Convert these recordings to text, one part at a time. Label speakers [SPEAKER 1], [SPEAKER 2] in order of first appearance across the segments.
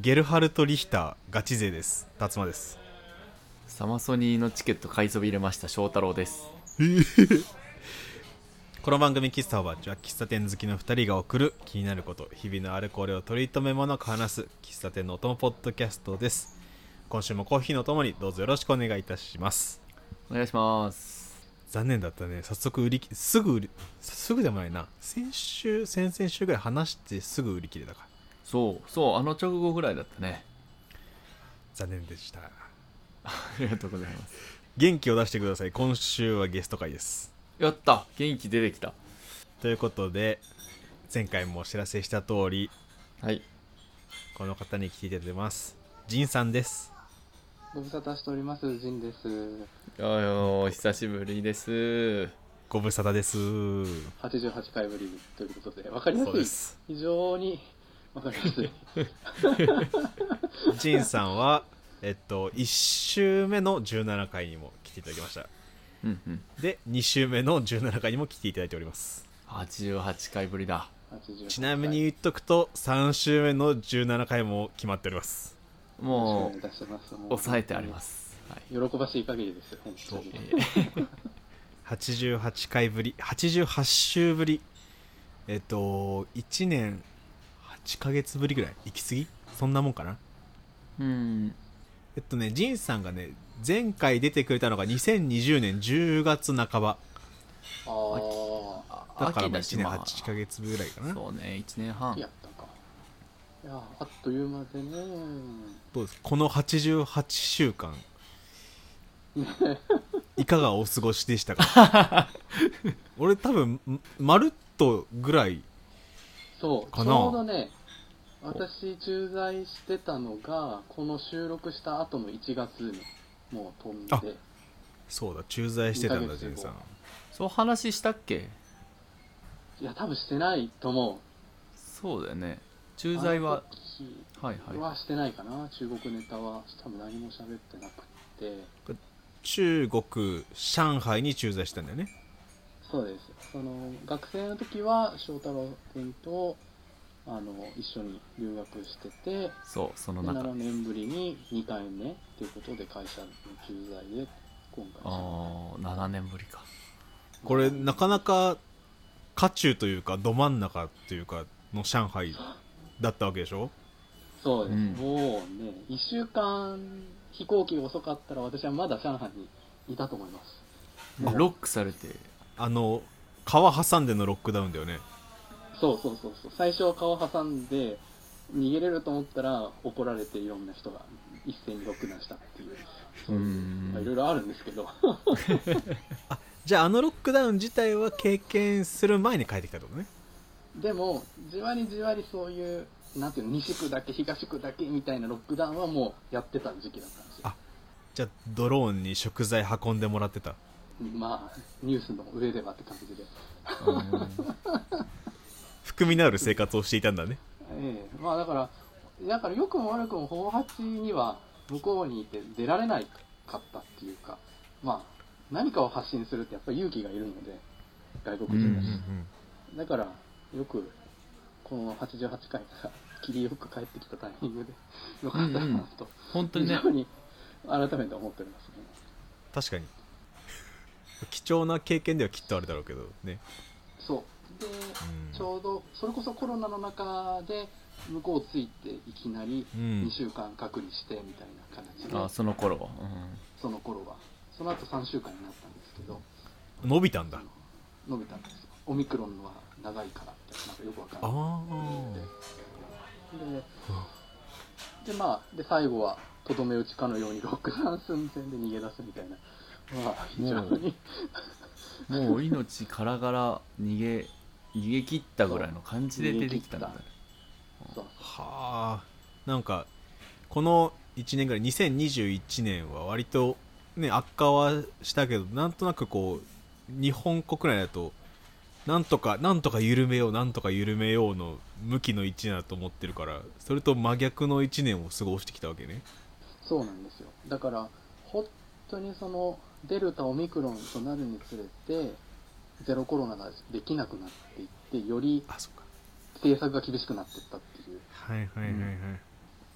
[SPEAKER 1] ゲルハルト・リヒターガチ勢です辰馬です
[SPEAKER 2] サマソニーのチケット買いそびれました翔太郎です
[SPEAKER 1] この番組「喫茶おばあちゃん」は喫茶店好きの2人が送る気になること日々のあれこれを取り留めもなく話す喫茶店のお供ポッドキャストです今週もコーヒーのともにどうぞよろしくお願いいたします
[SPEAKER 2] お願いします
[SPEAKER 1] 残念だったね早速売り切すぐ売りすぐでもないな先週先々週ぐらい話してすぐ売り切れたから
[SPEAKER 2] そうそうあの直後ぐらいだったね
[SPEAKER 1] 残念でした
[SPEAKER 2] ありがとうございます
[SPEAKER 1] 元気を出してください今週はゲスト会です
[SPEAKER 2] やった元気出てきた
[SPEAKER 1] ということで前回もお知らせした通り
[SPEAKER 2] はい
[SPEAKER 1] この方に来ていただいてますジンさんです
[SPEAKER 3] ご無沙汰しております、ジンです。
[SPEAKER 2] よーよー久しぶりです
[SPEAKER 1] ご無沙汰です
[SPEAKER 3] 88回ぶりということで、わかりや
[SPEAKER 1] そう
[SPEAKER 3] す
[SPEAKER 1] で
[SPEAKER 3] い。
[SPEAKER 1] す
[SPEAKER 3] 非常にわかりやすい。
[SPEAKER 1] ジンさんはえっと1週目の17回にも来ていただきました
[SPEAKER 2] うんうん
[SPEAKER 1] で2週目の17回にも来ていただいております
[SPEAKER 2] 88回ぶりだ
[SPEAKER 3] 88
[SPEAKER 1] ちなみに、言っとくと3週目の17回も決まっております
[SPEAKER 2] もう
[SPEAKER 3] 出してます。もう
[SPEAKER 2] 抑えてありま。す、はい
[SPEAKER 3] 喜ばしい限りですよ、本当に
[SPEAKER 2] え。
[SPEAKER 1] 88回ぶり88週ぶりえっと1年8ヶ月ぶりぐらい行き過ぎそんなもんかな
[SPEAKER 2] ーうん
[SPEAKER 1] えっとねジンさんがね前回出てくれたのが2020年10月半ば
[SPEAKER 3] あ
[SPEAKER 2] あ
[SPEAKER 1] だからま
[SPEAKER 2] 秋
[SPEAKER 1] あ
[SPEAKER 2] だ
[SPEAKER 1] 1
[SPEAKER 2] し
[SPEAKER 1] 年
[SPEAKER 2] まあ
[SPEAKER 1] 8ヶ月ぐらいかなど
[SPEAKER 2] そうね1年
[SPEAKER 3] あ、
[SPEAKER 2] 半
[SPEAKER 3] やったか。いや、あっという間でね。
[SPEAKER 1] うですこの88週 間いかがお過ごしでしたか 俺多分んまるっとぐらい
[SPEAKER 3] そう、ち
[SPEAKER 1] か
[SPEAKER 3] ょう
[SPEAKER 1] な
[SPEAKER 3] どね、私、駐在してたのが、この収録した後の1月に、もう飛ん
[SPEAKER 1] あ
[SPEAKER 3] で、
[SPEAKER 1] そうだ駐在してたんだ
[SPEAKER 3] 2ヶ
[SPEAKER 1] ジ
[SPEAKER 3] 月
[SPEAKER 1] ン
[SPEAKER 3] 後
[SPEAKER 1] さん
[SPEAKER 2] そう話したっけ
[SPEAKER 3] いや、多分してないと思
[SPEAKER 2] そうだよね
[SPEAKER 3] う。
[SPEAKER 2] 駐在は
[SPEAKER 3] あの時
[SPEAKER 2] はいはい
[SPEAKER 3] はしてないかな、中国ネタは多分何も喋ってなくって
[SPEAKER 1] 中国上海に駐在してたんだよね
[SPEAKER 3] そうですその学生の時は翔太郎君とあの一緒に留学してて
[SPEAKER 2] そうそ
[SPEAKER 3] で
[SPEAKER 2] の中
[SPEAKER 3] 7年ぶりに2回目っていうことで会社の駐在で今回
[SPEAKER 2] ああ7年ぶりか
[SPEAKER 1] これなかなか渦中というかど真ん中というかの上海だったわけでしょ
[SPEAKER 3] そうです、
[SPEAKER 2] うん
[SPEAKER 3] もうね1週間飛行機が遅かったら私はまだ上海にいたと思いますもう
[SPEAKER 2] ロックされて
[SPEAKER 1] あの川挟んでのロックダウンだよね
[SPEAKER 3] そうそうそうそう最初顔挟んで逃げれると思ったら怒られていろんな人が一斉にロックダウンしたっていう
[SPEAKER 2] うーん
[SPEAKER 3] まあいろいろあるんですけど
[SPEAKER 1] じゃああのロックダウン自体は経験する前に帰ってきたってことね
[SPEAKER 3] でもじわりじわりそういうなんていうの西区だけ東区だけみたいなロックダウンはもうやってた時期だったんですよ
[SPEAKER 1] あじゃあドローンに食材運んでもらってた
[SPEAKER 3] まあニュースの上ではって感じで
[SPEAKER 1] 含みのある生活をしていたんだね
[SPEAKER 3] ええまあだからだから良くも悪くも法八には向こうにいて出られないかったっていうかまあ何かを発信するってやっぱり勇気がいるので外国人だし、
[SPEAKER 2] うんうん
[SPEAKER 3] だからよくこの88回から 切りよく帰ってきたタイミングでよかったなと、
[SPEAKER 2] 本当にね
[SPEAKER 3] 非常に改めて思っておりますね。
[SPEAKER 1] 確かに貴重な経験ではきっとあるだろうけどね
[SPEAKER 3] そうで
[SPEAKER 1] ん
[SPEAKER 3] ちょうどそれこそコロナの中で向こうついていきなり
[SPEAKER 1] うん
[SPEAKER 3] 2週間隔離してみたいな形で、
[SPEAKER 2] あその頃は、
[SPEAKER 3] その頃はその後3週間になったんですけど
[SPEAKER 1] 伸びたんだあ
[SPEAKER 3] 伸びたんですよオミクロンは長いからみたいななんかよくわかんない
[SPEAKER 1] あ
[SPEAKER 3] ででまあで最後はとどめ打ちかのようにロックダウン寸前で逃げ出すみたいなまあ非常に
[SPEAKER 2] うんもう命からがら逃げ逃げ切ったぐらいの感じで出てきたんだね
[SPEAKER 3] 逃げそう
[SPEAKER 1] はあなんかこの1年ぐらい2021年は割とね悪化はしたけどなんとなくこう日本国内だとなんとかなんとか緩めようなんとか緩めようの向きの1年だと思ってるからそれと真逆の1年を過ごしてきたわけね
[SPEAKER 3] そうなんですよだから本当にそのデルタオミクロンとなるにつれてゼロコロナができなくなっていってより
[SPEAKER 1] あそうか
[SPEAKER 3] 政策が厳しくなっていったっていう
[SPEAKER 1] はいはいはいはい、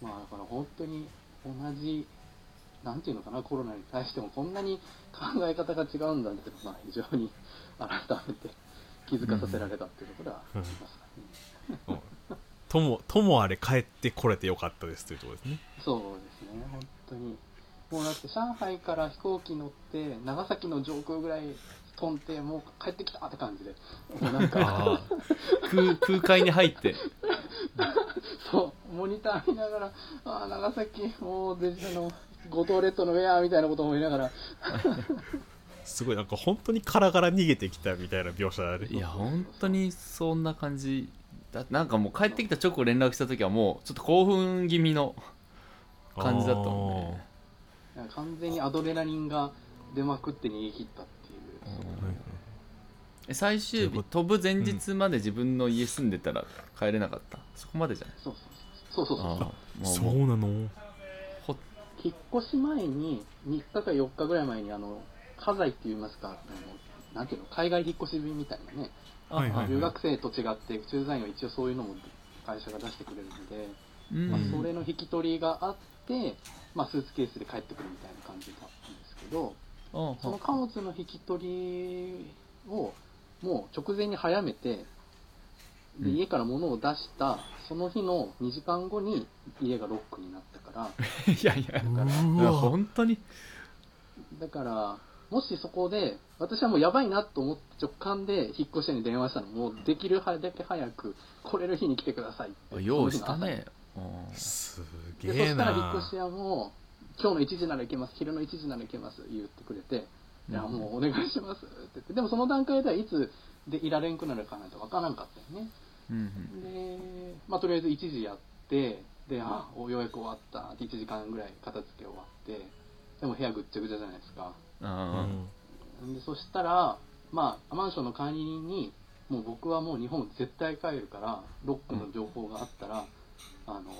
[SPEAKER 3] まあだから本当に同じ、なんていうのかな、コロナに対してもこんなに考え方が違うんだっていうのは、まあ非常に改めて気づかさせられたっていうところではありますかね。
[SPEAKER 1] うんともともあれ帰ってこれてよかったですというところですね
[SPEAKER 3] そうですね、本当に。もうだって上海から飛行機乗って、長崎の上空ぐらい飛んで、もう帰ってきたって感じで、もうなん か、
[SPEAKER 2] ああ空空海に入って
[SPEAKER 3] そう、モニター見ながら、ああ、長崎、もうデジタルの、五島列島のウェアみたいなこと思いながら、
[SPEAKER 1] すごいなんか本当にカラカラ逃げてきたみたいな描写だね
[SPEAKER 2] いや本当にそんな感じだなんかもう帰ってきた直後連絡した時はもうちょっと興奮気味の感じだったもんね
[SPEAKER 3] なんか完全にアドレナリンが出まくって逃げ切ったっていう、
[SPEAKER 1] あーはい
[SPEAKER 2] え最終
[SPEAKER 1] という
[SPEAKER 2] 日
[SPEAKER 1] こ
[SPEAKER 2] 飛ぶ前日まで自分の家住んでたら帰れなかったそこまでじゃない
[SPEAKER 3] そうそうそうそうそうそ
[SPEAKER 2] ああ
[SPEAKER 3] う
[SPEAKER 2] もう
[SPEAKER 1] そ
[SPEAKER 2] もう
[SPEAKER 1] うなの
[SPEAKER 2] ほっ
[SPEAKER 3] 引っ越し前に、3日か4日ぐらい前に、あの、家財って言いますか、あのなんていうの、海外引っ越し便みたいなね、
[SPEAKER 2] あ
[SPEAKER 1] はいはいはい
[SPEAKER 3] 留学生と違って、駐在員は一応そういうのも会社が出してくれるので、
[SPEAKER 2] うん
[SPEAKER 3] まあ、それの引き取りがあって、まあ、スーツケースで帰ってくるみたいな感じだったんですけど、
[SPEAKER 2] うんうん
[SPEAKER 3] その貨物の引き取りをもう直前に早めて、で
[SPEAKER 2] うん
[SPEAKER 3] 家から物を出したその日の2時間後に家がロックになったから、
[SPEAKER 2] い やいや
[SPEAKER 1] う
[SPEAKER 2] い
[SPEAKER 1] わ
[SPEAKER 2] や本当に
[SPEAKER 3] だから、もしそこで、私はもうやばいなと思って直感で引っ越し屋に電話したのも、できるだけ早く来れる日に来てくださいって。
[SPEAKER 2] 用意したねうん
[SPEAKER 1] す
[SPEAKER 3] で
[SPEAKER 1] げえ
[SPEAKER 3] そしたら引っ越
[SPEAKER 1] な
[SPEAKER 3] し屋も今日の1時なら行けます昼の1時なら行けます言ってくれて、いやもうお願いしますって言ってでもその段階ではいつでいられんくなるかなんて分からんかったよね
[SPEAKER 2] うんうん
[SPEAKER 3] で、まあ、とりあえず1時やってであおようやく終わったって1時間ぐらい片付け終わってでも部屋ぐっちゃぐちゃじゃないですか
[SPEAKER 1] う
[SPEAKER 2] あ
[SPEAKER 1] ん
[SPEAKER 3] でそしたら、まあ、マンションの管理人にもう僕はもう日本絶対帰るからロックの情報があったら、あのも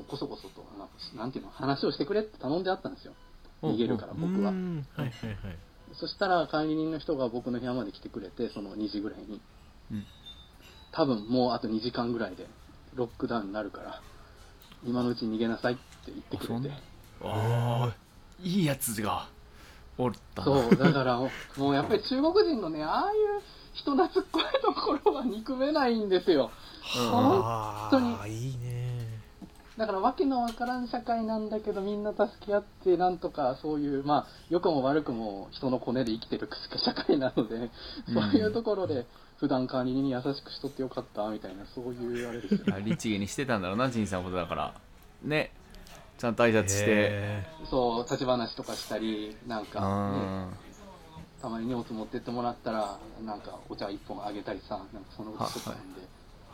[SPEAKER 3] うこそこそとなんかなんていうの話をしてくれって頼んであったんですよ
[SPEAKER 2] うん
[SPEAKER 3] 逃げるから
[SPEAKER 1] う
[SPEAKER 3] 僕は、
[SPEAKER 1] んはいはいはい
[SPEAKER 3] そしたら管理人の人が僕の部屋まで来てくれてその2時ぐらいに、
[SPEAKER 2] うん
[SPEAKER 3] 多分もうあと2時間ぐらいでロックダウンになるから今のうちに逃げなさいって言ってく
[SPEAKER 2] あそ
[SPEAKER 3] れ
[SPEAKER 2] ん
[SPEAKER 3] て
[SPEAKER 2] な
[SPEAKER 1] あ
[SPEAKER 2] いいやつがおったな
[SPEAKER 3] そう、だから、もうやっぱり中国人のね、ああいう人懐っこいところは憎めないんですよ。
[SPEAKER 2] うん
[SPEAKER 1] あ
[SPEAKER 3] 本
[SPEAKER 1] あいいね
[SPEAKER 3] だから、わけのわからん社会なんだけど、みんな助け合って、なんとかそういう、まあ、良くも悪くも人のコネで生きてる社会なので、
[SPEAKER 2] うん
[SPEAKER 3] そういうところで、普段管理人に優しくしとってよかった、みたいな、そういうあれですよ。
[SPEAKER 2] あ律儀にしてたんだろうな仁さんのことだからねちゃんと挨拶して、
[SPEAKER 1] へ
[SPEAKER 3] そう、立ち話とかしたり、なんか、ね、
[SPEAKER 2] あ
[SPEAKER 3] たまに荷物持ってってもらったら、なんかお茶一本あげたりさ、なんかそんなことしてたんで。
[SPEAKER 2] あ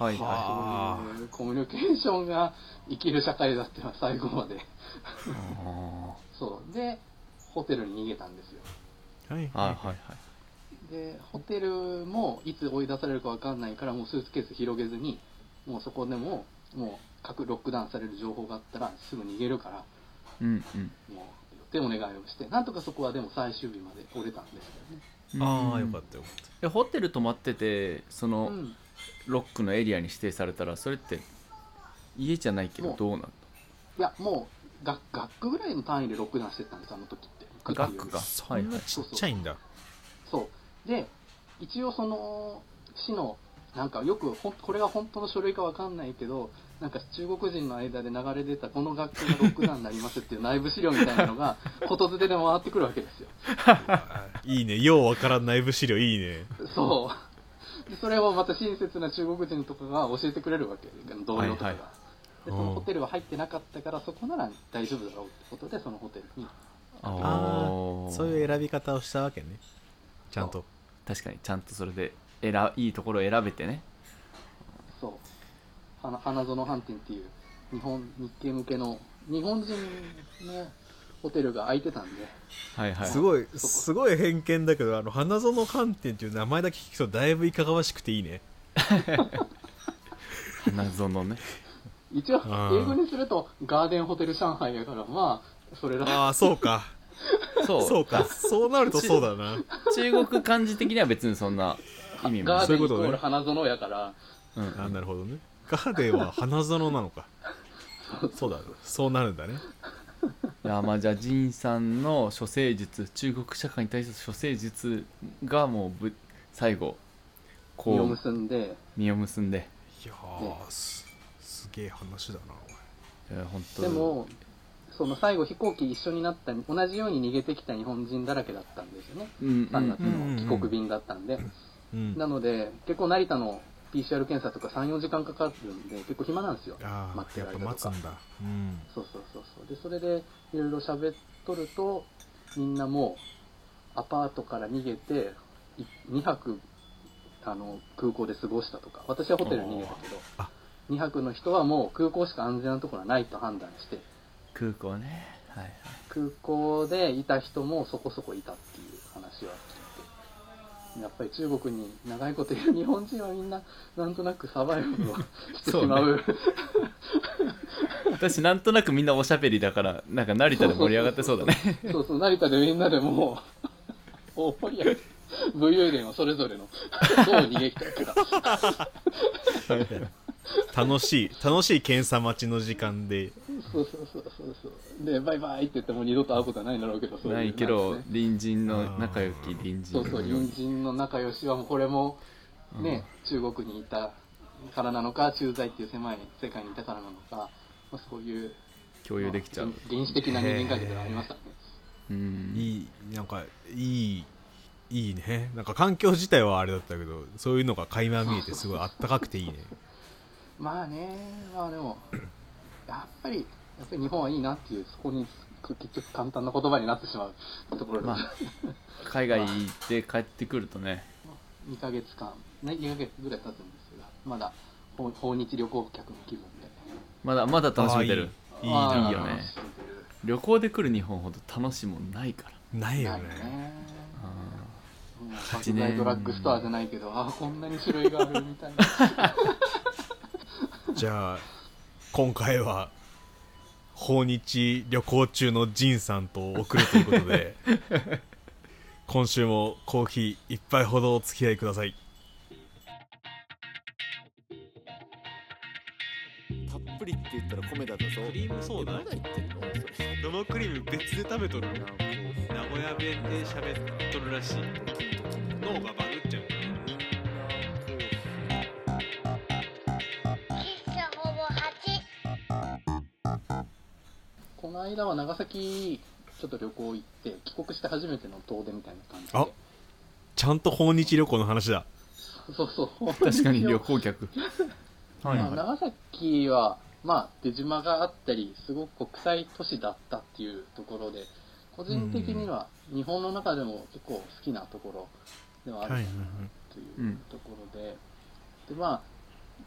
[SPEAKER 2] はい
[SPEAKER 1] は
[SPEAKER 2] は
[SPEAKER 1] あ
[SPEAKER 3] そういうコミュニケーションが生きる社会だってのは最後まで
[SPEAKER 2] いあ
[SPEAKER 3] そうでホテルに逃げたんですよ
[SPEAKER 1] ーはい
[SPEAKER 2] ーはい
[SPEAKER 1] は
[SPEAKER 2] はいはい
[SPEAKER 3] でホテルもいつ追い出されるかわかんないからもうスーツケース広げずにもうそこでももう各ロックダウンされる情報があったらすぐ逃げるから
[SPEAKER 2] うんうん
[SPEAKER 3] もうでお願いをしてなんとかそこはでも最終日まで折れたんですけどね
[SPEAKER 1] いああよかったよかった
[SPEAKER 2] えホテル泊まっててその、
[SPEAKER 3] うん
[SPEAKER 2] ロックのエリアに指定されたらそれって家じゃないけど
[SPEAKER 3] もう
[SPEAKER 2] どうなんだ
[SPEAKER 3] いやもう学学区ぐらいの単位でロックダウンしてたんですあの時って
[SPEAKER 2] あ学区か
[SPEAKER 1] そんなちっちゃいんだ
[SPEAKER 3] そう。で、一応その、市の、なんかよくほん、これが本当の書類かわかんないけど、なんか中国人の間で流れ出たこの学級がロックダウンになりますっていう 内部資料みたいなのが、ことづてで回ってくるわけですよ。
[SPEAKER 1] あいいねようわからん内部資料いいね
[SPEAKER 3] そう。でそれをまた親切な中国人とかが教えてくれるわけ、同僚とかが。
[SPEAKER 2] はいはい
[SPEAKER 3] でそのホテルは入ってなかったから、そこなら大丈夫だろうってことで、そのホテルに。
[SPEAKER 1] あ
[SPEAKER 2] ー
[SPEAKER 1] ーそういう選び方をしたわけねちゃんと
[SPEAKER 2] 確かにちゃんとそれで選いいところを選べてね
[SPEAKER 3] そう花花園飯店っていう日本日系向けの日本人のホテルが空いてたんで
[SPEAKER 2] はいはい
[SPEAKER 1] すごいすごい偏見だけどあの花園飯店っていう名前だけ聞くとだいぶいかがわしくていいね
[SPEAKER 2] 花園ね
[SPEAKER 3] 一応
[SPEAKER 1] あー
[SPEAKER 3] 英語にするとガーデンホテル上海やからまあそれら
[SPEAKER 1] ああそうか
[SPEAKER 2] そう
[SPEAKER 1] そうかそうなるとそうだな
[SPEAKER 2] 中国漢字的には別にそんな意味も
[SPEAKER 3] ガ
[SPEAKER 2] な
[SPEAKER 3] ー
[SPEAKER 2] い
[SPEAKER 1] そうい
[SPEAKER 3] デン
[SPEAKER 1] うこ
[SPEAKER 3] イコ
[SPEAKER 1] とね
[SPEAKER 3] ール花園やから
[SPEAKER 2] うん
[SPEAKER 1] あなるほどねガーデンは花園なのかそうだそうなるんだね
[SPEAKER 2] いやまあじゃあ仁さんの処世術中国社会に対する処世術がもうぶ最後こ
[SPEAKER 3] 実を
[SPEAKER 2] う
[SPEAKER 3] 結んで
[SPEAKER 2] 実を結んで
[SPEAKER 1] いやーすすげえ話だな
[SPEAKER 2] えー本当
[SPEAKER 3] でもその最後飛行機一緒になった同じように逃げてきた日本人だらけだったんですよね
[SPEAKER 2] うんう
[SPEAKER 3] 3月
[SPEAKER 2] ん
[SPEAKER 3] の帰国便だったんで、
[SPEAKER 1] おい、うん、
[SPEAKER 3] なので結構成田の PCR 検査とか34時間かかるんで結構暇なんですよ
[SPEAKER 1] あ
[SPEAKER 3] 待っ
[SPEAKER 1] あ
[SPEAKER 3] て
[SPEAKER 1] や
[SPEAKER 3] る
[SPEAKER 1] っ
[SPEAKER 3] 間
[SPEAKER 1] ぱ
[SPEAKER 3] とか
[SPEAKER 1] 待つんだうん
[SPEAKER 3] そうそうそうそうでそれでいろいろ喋っとるとみんなもうアパートから逃げて2泊あの空港で過ごしたとか私はホテルに逃げたけど
[SPEAKER 1] あ
[SPEAKER 3] 2泊の人はもう空港しか安全なところはないと判断して
[SPEAKER 2] 空港ねはいはい
[SPEAKER 3] 空港でいた人もそこそこいたっていう話は聞いてやっぱり中国に長いこといる日本人はみんななんとなくサバイブをしてしまう
[SPEAKER 2] 私なんとなくみんなおしゃべりだからなんか成田で盛り上がってそうだね
[SPEAKER 3] そうそう、成田でみんなでもう、大盛り上がり。武勇伝はそれぞ れの、どう逃げきたか。
[SPEAKER 1] 楽しい楽しい検査待ちの時間で
[SPEAKER 3] そうそうそうそうそう。で、バイバイって言っても二度と会うことはないんだろうけど、そうう
[SPEAKER 2] ないけど
[SPEAKER 3] んかね
[SPEAKER 2] 隣人の仲良き隣人
[SPEAKER 3] そうそう、
[SPEAKER 2] のよう
[SPEAKER 3] 隣
[SPEAKER 2] に
[SPEAKER 3] 人の仲良しはもうこれも、ね、中国にいたからなのか、駐在っていう狭い世界にいたからなのか、まあ、そういう、
[SPEAKER 2] 共有できちゃう
[SPEAKER 3] まあ原始的な人間関係ではありましたね。
[SPEAKER 2] うん
[SPEAKER 1] いいなんかいいいいねなんか環境自体はあれだったけどそういうのが垣間見えてすごいあったかくていいね
[SPEAKER 3] まあね、まあでも、 やっぱり、やっぱり日本はいいなっていう、そこに結局簡単な言葉になってしまうところで、
[SPEAKER 2] ま あ海外行って帰ってくるとね
[SPEAKER 3] 2ヶ月間、ね、2ヶ月ぐらい経つんですが、まだ訪訪日旅行客の気分で。
[SPEAKER 2] まだまだ楽しめてる
[SPEAKER 1] あーいいいい
[SPEAKER 3] まあ
[SPEAKER 1] ない
[SPEAKER 2] いよね
[SPEAKER 3] 楽しんでる
[SPEAKER 2] 旅行で来る日本ほど楽しいもんないから
[SPEAKER 1] ないよ
[SPEAKER 3] ない
[SPEAKER 1] ね
[SPEAKER 3] ね。
[SPEAKER 2] あ
[SPEAKER 3] もう
[SPEAKER 2] 8
[SPEAKER 3] 爆
[SPEAKER 2] 年
[SPEAKER 3] 買いドラッグストアじゃないけど、ああ、こんなに種類があるみたいな。
[SPEAKER 1] じゃあ今回は訪日旅行中のジンさんと送るということ で今週もコーヒー一杯ほどお付き合いください
[SPEAKER 4] たっぷりって言ったら米だとそう。クリームソーダまだ言ってるのそれ
[SPEAKER 1] 生クリーム別で食べとる
[SPEAKER 4] なんかこ
[SPEAKER 1] 名古屋弁で喋っとるらしいう
[SPEAKER 4] キンとキン
[SPEAKER 1] 脳がバグっちゃう
[SPEAKER 5] 喫茶ほぼ8。
[SPEAKER 3] この間は長崎、ちょっと旅行行って、帰国して初めての遠出みたいな感じで。
[SPEAKER 1] あちゃんと訪日旅行の話だ
[SPEAKER 3] そうそう。
[SPEAKER 2] ー確かに旅行客はい
[SPEAKER 3] まあ
[SPEAKER 2] は
[SPEAKER 3] 長崎は、まあ、出島があったり、すごく国際都市だったっていうところで、個人的には日本の中でも結構好きなところではあるかなというところで、でまあ、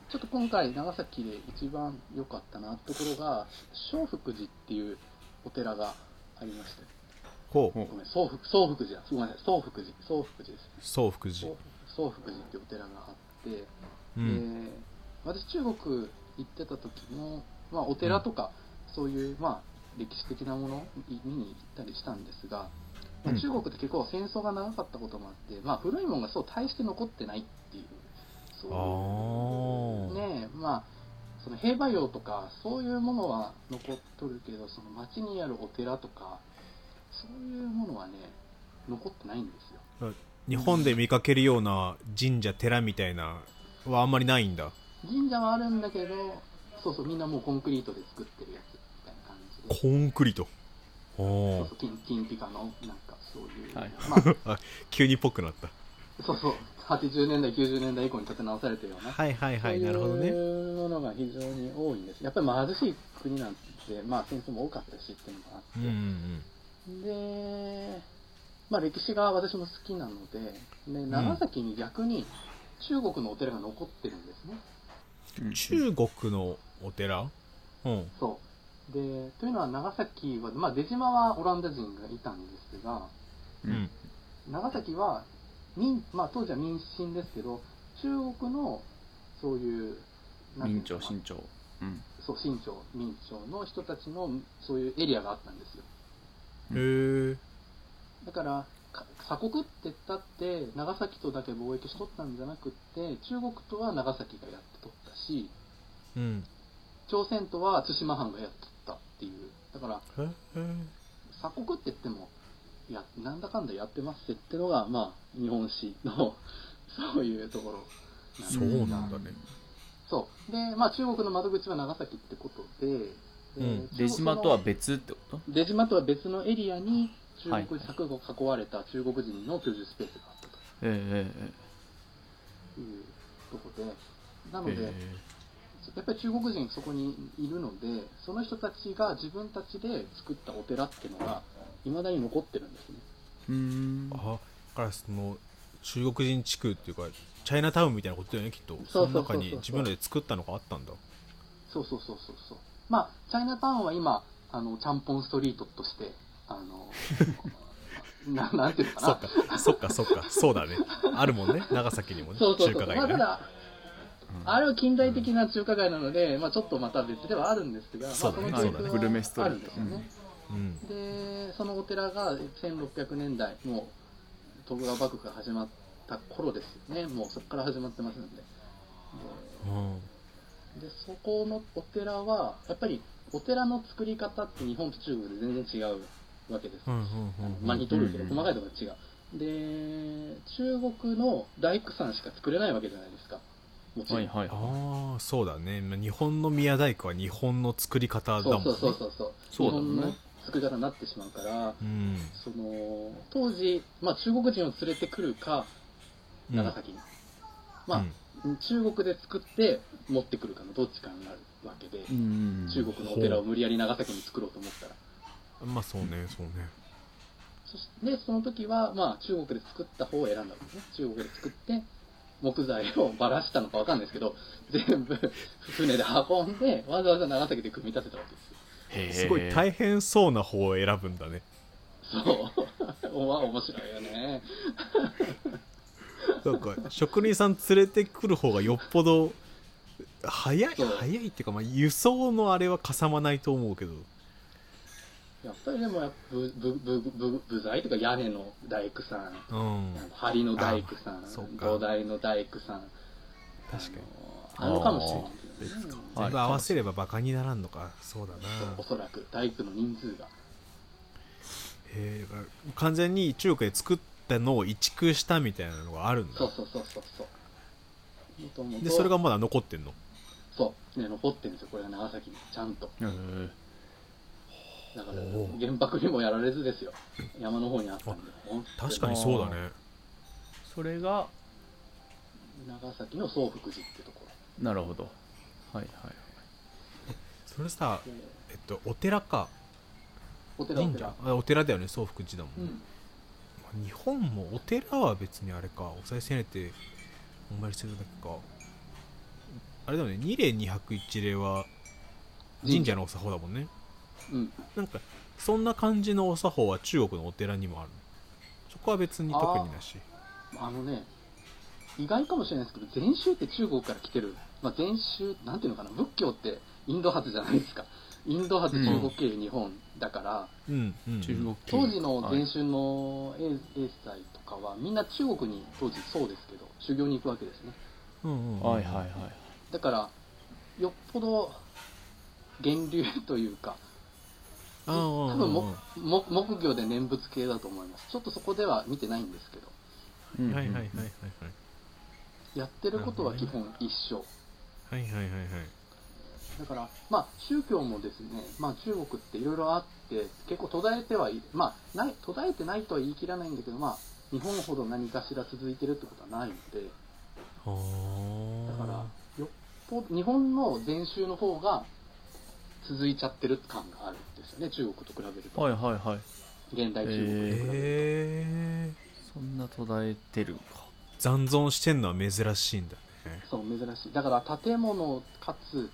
[SPEAKER 3] ちょっと今回、長崎で一番良かったなところが、正福寺っていうお寺がありまして、
[SPEAKER 1] ほう
[SPEAKER 2] ほう
[SPEAKER 3] ごめん、宗福宗福寺だ、ごめんなさい、宗福寺、宗福寺です。
[SPEAKER 1] 総福寺
[SPEAKER 3] 宗宗福寺っていうお寺があって、
[SPEAKER 1] うん
[SPEAKER 3] で私中国行ってた時も、まあ、お寺とか、そういう、まあ、歴史的なものい見に行ったりしたんですが、まあ
[SPEAKER 2] うん
[SPEAKER 3] 中国って結構戦争が長かったこともあって、まあ、古いものがそう大して残ってないっていうそう
[SPEAKER 1] あ
[SPEAKER 3] いう
[SPEAKER 1] ー
[SPEAKER 3] ねえまあその兵馬俑とかそういうものは残っとるけどその町にあるお寺とかそういうものはね残ってないんですよ
[SPEAKER 1] 日本で見かけるような神社寺みたいなはあんまりないんだ
[SPEAKER 3] 神社はあるんだけどそうそうみんなもうコンクリートで作ってるやつみたいな感じで
[SPEAKER 1] コンクリート
[SPEAKER 3] そ
[SPEAKER 1] お
[SPEAKER 3] うそう金金ピカのなんかそういう、
[SPEAKER 2] はい
[SPEAKER 3] まあ
[SPEAKER 1] 急にぽくなった
[SPEAKER 3] そうそう80年代90年代以降に建て直されてるような
[SPEAKER 1] はいはい
[SPEAKER 3] そういうものが非常に多いんですやっぱり貧しい国なんで、まあ、戦争も多かったしっていうのもあって、
[SPEAKER 1] うんうん
[SPEAKER 3] で、まあ、歴史が私も好きなのでで長崎に逆に中国のお寺が残ってるんですね、
[SPEAKER 2] い、うん
[SPEAKER 1] 中国のお寺うん
[SPEAKER 3] そうでというのは長崎は、まあ、出島はオランダ人がいたんですが
[SPEAKER 2] う
[SPEAKER 1] うんん
[SPEAKER 3] 長崎は民、まあ、当時は民進ですけど中国のそういうなんてい
[SPEAKER 2] 明
[SPEAKER 3] うの
[SPEAKER 2] 朝
[SPEAKER 3] かな
[SPEAKER 2] 新朝うん
[SPEAKER 3] そう清朝明朝の人たちのそういうエリアがあったんですよ
[SPEAKER 1] へえ
[SPEAKER 3] だからか鎖国って言ったって長崎とだけ貿易しとったんじゃなくって中国とは長崎がやってとったし
[SPEAKER 1] うん
[SPEAKER 3] 朝鮮とは対馬藩がやってたっていうだから
[SPEAKER 1] ええ
[SPEAKER 3] 鎖国って言ってもいやなんだかんだやってますってのがまあ日本史のそういうところなんで
[SPEAKER 1] そうなんだね
[SPEAKER 3] そうでまあ中国の窓口は長崎ってことで、で
[SPEAKER 1] うん
[SPEAKER 2] 出島とは
[SPEAKER 3] 中国
[SPEAKER 2] 別ってこと
[SPEAKER 3] の出島とは別のエリアに中国柵を囲われた中国人の居住スペースがあった
[SPEAKER 2] ええ
[SPEAKER 3] というとこでな
[SPEAKER 2] え
[SPEAKER 3] の
[SPEAKER 2] え
[SPEAKER 3] で、
[SPEAKER 2] え
[SPEAKER 3] やっぱり中国人そこにいるのでその人たちが自分たちで作ったお寺っていうのがいまだに残ってるんですね
[SPEAKER 2] えうーん
[SPEAKER 1] あだからその中国人地区っていうかチャイナタウンみたいなことだよねきっとその中に自分らで作ったのがあったんだ
[SPEAKER 3] そうそうそうそうそうまあチャイナタウンは今あのちゃんぽんストリートとしてあのななんていうのか
[SPEAKER 1] そっ
[SPEAKER 3] な
[SPEAKER 1] かそっかそっかそうだねあるもんね長崎にもね
[SPEAKER 3] そうそう
[SPEAKER 1] 中
[SPEAKER 3] そ
[SPEAKER 1] 華
[SPEAKER 3] う
[SPEAKER 1] 街
[SPEAKER 3] ま
[SPEAKER 1] が
[SPEAKER 3] あた
[SPEAKER 1] ね
[SPEAKER 3] だあれは近代的な中華街なので、まあ、ちょっとまた別ではあるんですが、まあ、
[SPEAKER 1] そうだね
[SPEAKER 3] の記憶
[SPEAKER 2] そうだ
[SPEAKER 3] は
[SPEAKER 2] ねグルメストリート
[SPEAKER 3] あるんですよね、
[SPEAKER 1] うん
[SPEAKER 3] でそのお寺が1600年代もう徳川幕府が始まった頃ですよねもうそこから始まってますんで
[SPEAKER 1] うん
[SPEAKER 3] ででそこのお寺はやっぱりお寺の作り方って日本と中国で全然違うわけです、
[SPEAKER 1] うんうん
[SPEAKER 3] あの
[SPEAKER 1] うん
[SPEAKER 3] まあ似てるけど
[SPEAKER 2] うん
[SPEAKER 3] 細かいところが違う、で中国の大工さんしか作れないわけじゃないですかもちろん、
[SPEAKER 2] はいはい
[SPEAKER 1] ああそうだねまあ日本の宮大工は日本の作り方だもんね
[SPEAKER 3] そうそうそうそう
[SPEAKER 2] そうだね
[SPEAKER 3] 日本の作り方になってしまうから
[SPEAKER 1] うん
[SPEAKER 3] その当時、まあ、中国人を連れてくるか
[SPEAKER 1] うん
[SPEAKER 3] 長崎に、まあ、中国で作って持ってくるかのどっちかになるわけで、
[SPEAKER 2] うん
[SPEAKER 3] 中国のお寺を無理やり長崎に作ろうと思ったら
[SPEAKER 1] うんまあそうねそうね
[SPEAKER 3] そしてその時は、まあ、中国で作った方を選んだんですね中国で作って木材をばらしたのかわかんないですけど全部船で運んでわざわざ長崎で組み立てたわけですよ
[SPEAKER 2] へえ
[SPEAKER 1] すごい大変そうな方を選ぶんだね
[SPEAKER 3] そうおわ面白いよね
[SPEAKER 1] なんか職人さん連れてくる方がよっぽど早い
[SPEAKER 3] そう
[SPEAKER 1] 早いっていうか、まあ、輸送のあれはかさまないと思うけど
[SPEAKER 3] やっぱりでもやっぱぶぶぶぶ部材というか屋根の大工さん
[SPEAKER 1] うん
[SPEAKER 3] 梁の大工さ
[SPEAKER 1] あそうんか
[SPEAKER 3] 土台の大工さん
[SPEAKER 1] 確かに
[SPEAKER 3] あのあのかもしれないですね
[SPEAKER 1] 全部合わせればバカにならんのかそうだな
[SPEAKER 3] そうおそらく大工の人数が
[SPEAKER 1] へえ完全に中国で作ったのを移築したみたいなのがあるんだ
[SPEAKER 3] そうそうそうそうそう元々
[SPEAKER 1] でそれがまだ残ってんの
[SPEAKER 3] そうね残ってるんですよこれが長崎にちゃんと
[SPEAKER 2] へえ
[SPEAKER 3] だから
[SPEAKER 1] おー
[SPEAKER 3] 原爆にもやられずですよ山の方にあったんで本当
[SPEAKER 1] 確かにそうだね
[SPEAKER 2] それが
[SPEAKER 3] 長崎の宗福寺ってとこ
[SPEAKER 2] なるほどはいはい
[SPEAKER 1] それさ
[SPEAKER 3] ろで
[SPEAKER 1] えっとお寺か
[SPEAKER 3] お寺お
[SPEAKER 1] 神
[SPEAKER 3] 寺
[SPEAKER 1] 社あお寺だよね宗福寺だも
[SPEAKER 3] うん
[SPEAKER 1] ね、
[SPEAKER 3] ん
[SPEAKER 1] まあ日本もお寺は別にあれかお賽銭入れてお参りするだけかあれだよね二礼二泊一礼は神社のお作法だもんね
[SPEAKER 3] うん
[SPEAKER 1] なんかそんな感じのお作法は中国のお寺にもあるそこは別に特になし
[SPEAKER 3] あのね意外かもしれないですけど禅宗って中国から来てる、まあ、禅宗なんていうのかな仏教ってインド発じゃないですかインド発中国経由日本だから、
[SPEAKER 1] うんうん
[SPEAKER 2] 中国
[SPEAKER 3] 当時の
[SPEAKER 2] はい
[SPEAKER 3] 禅宗の英英才とかはみんな中国に当時そうですけど修行に行くわけですね
[SPEAKER 1] うんうんうん
[SPEAKER 2] はいはいはい
[SPEAKER 3] だからよっぽど源流というか
[SPEAKER 1] ああ
[SPEAKER 3] 多分もも木魚で念仏系だと思いますちょっとそこでは見てないんですけど
[SPEAKER 2] うんうん
[SPEAKER 1] はいはいはいはい
[SPEAKER 3] やってることは基本一緒、
[SPEAKER 1] はいはいはいはいはい
[SPEAKER 3] だから、まあ、宗教もですね、まあ、中国っていろいろあって、結構途絶えてはい、まあない、途絶えてないとは言い切らないんだけど、まあ、日本ほど何かしら続いてるってことはないので、
[SPEAKER 1] はあ
[SPEAKER 3] だから、よっぽど、日本の禅宗の方が続いちゃってる感があるんですよね、中国と比べると。
[SPEAKER 2] はいはいはい
[SPEAKER 3] 現代
[SPEAKER 2] へ
[SPEAKER 3] 中国と比べる
[SPEAKER 1] え
[SPEAKER 3] と。
[SPEAKER 1] え
[SPEAKER 2] そんな途絶えてるか
[SPEAKER 1] 残存してんのは珍しいんだね
[SPEAKER 3] そう、珍しい。だから、建物かつ、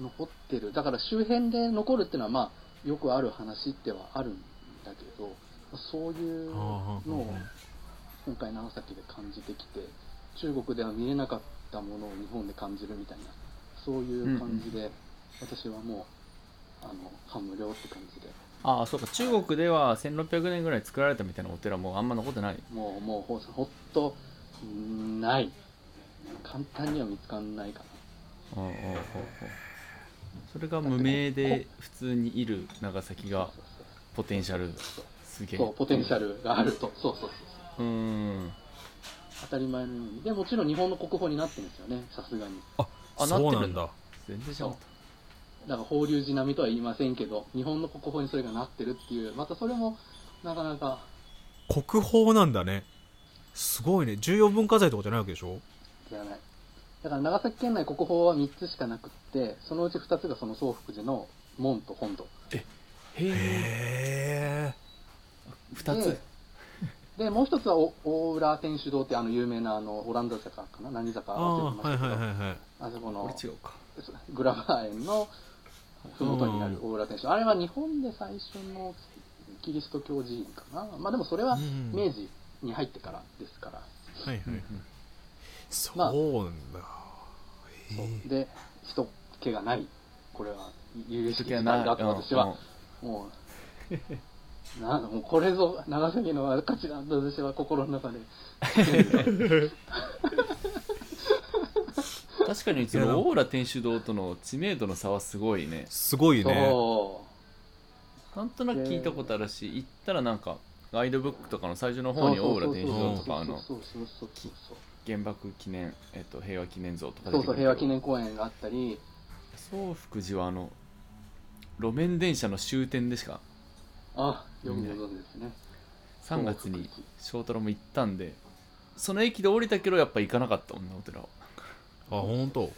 [SPEAKER 3] 残ってる。だから、周辺で残るっていうのは、まあ、よくある話ではあるんだけど、そういうのを今回長崎で感じてきて中国では見れなかったものを日本で感じるみたいなそういう感じで、私はもうあの感無量って感じで
[SPEAKER 2] ああそうか中国では1600年ぐらい作られたみたいなお寺もあんま残ってない
[SPEAKER 3] もうもうほほっとんない簡単には見つかんないかな
[SPEAKER 2] うんうんうんうんそれが無名で普通にいる長崎が
[SPEAKER 3] そうそうそう
[SPEAKER 2] ポテンシャルすげえ
[SPEAKER 3] そうポテンシャルがあるとそうそうそう
[SPEAKER 2] うーん
[SPEAKER 3] 当たり前のようにでもちろん日本の国宝になってるんですよねさすがに
[SPEAKER 2] あ
[SPEAKER 1] そうな
[SPEAKER 2] なってる
[SPEAKER 1] んだ
[SPEAKER 2] 全然知らなかっ
[SPEAKER 3] だから法隆寺並みとは言いませんけど日本の国宝にそれがなってるっていうまたそれもなかなか
[SPEAKER 1] 国宝なんだねすごいね重要文化財とかじゃないわけでしょ
[SPEAKER 3] じゃないだから長崎県内国宝は3つしかなくってそのうち2つがその宗福寺の門と本堂
[SPEAKER 2] たへえ
[SPEAKER 1] へえ
[SPEAKER 2] 2つ
[SPEAKER 3] ででもう一つはお大浦天主堂ってあの有名なあのオランダ坂かな何坂
[SPEAKER 1] あ
[SPEAKER 3] 忘
[SPEAKER 1] あ
[SPEAKER 3] れ
[SPEAKER 1] はい
[SPEAKER 3] てまし
[SPEAKER 1] は
[SPEAKER 3] たけ
[SPEAKER 1] いは
[SPEAKER 3] ど
[SPEAKER 1] いはい
[SPEAKER 3] あそこ
[SPEAKER 2] こ
[SPEAKER 3] の
[SPEAKER 2] れ違うか
[SPEAKER 3] グラバー園の麓にある大浦天主堂あれは日本で最初のキリスト教寺院かなまあでもそれは
[SPEAKER 1] うん
[SPEAKER 3] 明治に入ってからですから、
[SPEAKER 1] はいはい、
[SPEAKER 2] うん
[SPEAKER 1] そう
[SPEAKER 3] まあ
[SPEAKER 1] なんだ、
[SPEAKER 3] そう
[SPEAKER 1] へえ
[SPEAKER 3] で人気がないこれは有識
[SPEAKER 2] 時は
[SPEAKER 3] 事
[SPEAKER 2] な
[SPEAKER 3] 態
[SPEAKER 2] い
[SPEAKER 3] だと私はもうなんだもうこれぞ長崎の価値だと私は心の中で
[SPEAKER 2] 確かにそのオーラ天主堂との知名度の差はすごいね
[SPEAKER 1] すごいね
[SPEAKER 3] そ
[SPEAKER 2] なんとなく聞いたことあるし行ったらなんかガイドブックとかの最初の方にオーラ天主堂とかあの
[SPEAKER 3] そうそうそうそうそう
[SPEAKER 2] 原爆記念、えっと、平和記念像とか
[SPEAKER 3] そうそう平和記
[SPEAKER 2] 念
[SPEAKER 3] 念公園があったり
[SPEAKER 2] 宗福寺はあの路面電車の終点でしか
[SPEAKER 3] あよくご存知ですね
[SPEAKER 2] 3月に
[SPEAKER 3] 宗福寺
[SPEAKER 2] 翔太郎も行ったんでその駅で降りたけどやっぱ行かなかったもんなお寺は
[SPEAKER 1] あ本当。
[SPEAKER 3] そうそう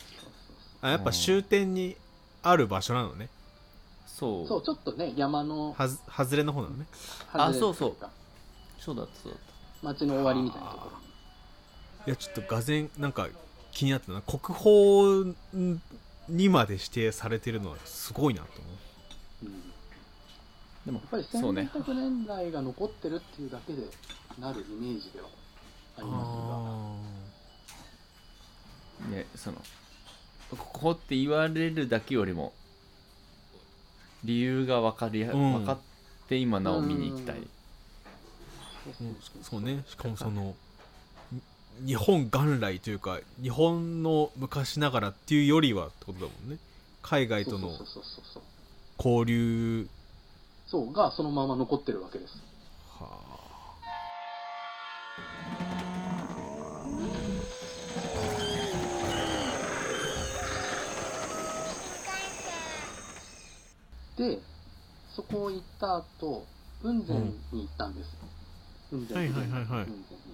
[SPEAKER 1] あやっぱ終点にある場所なのね
[SPEAKER 2] そう
[SPEAKER 3] そうそうちょっとね山の
[SPEAKER 1] はず外れの方なのね
[SPEAKER 2] あそう
[SPEAKER 3] 外
[SPEAKER 2] そ
[SPEAKER 3] れ
[SPEAKER 2] う
[SPEAKER 3] とか
[SPEAKER 2] そうだったそうだっ
[SPEAKER 3] 街の終わりみたいなところ
[SPEAKER 1] いやちょっとがぜんなんか気になったな国宝にまで指定されてるのはすごいなと思う
[SPEAKER 3] うん
[SPEAKER 2] たでも
[SPEAKER 3] やっぱり
[SPEAKER 2] そうね
[SPEAKER 3] 1600年代が残ってるっていうだけでなるイメージではありま
[SPEAKER 2] ねそのここって言われるだけよりも理由が分かりや、
[SPEAKER 1] うん
[SPEAKER 2] 分かって今なお見に行きたい、
[SPEAKER 3] うんす
[SPEAKER 1] う
[SPEAKER 3] が
[SPEAKER 1] ん、そうねしかもそのに日本元来というか日本の昔ながらっていうよりはってことだもんね海外
[SPEAKER 3] そう
[SPEAKER 1] と
[SPEAKER 3] そう
[SPEAKER 1] の
[SPEAKER 3] そうそうそうそう
[SPEAKER 1] 交流
[SPEAKER 3] そうがそのまま残ってるわけです
[SPEAKER 1] は
[SPEAKER 3] でそこを行った後雲仙に行ったんです、雲仙
[SPEAKER 1] はいはいはいはい
[SPEAKER 3] 雲
[SPEAKER 1] あ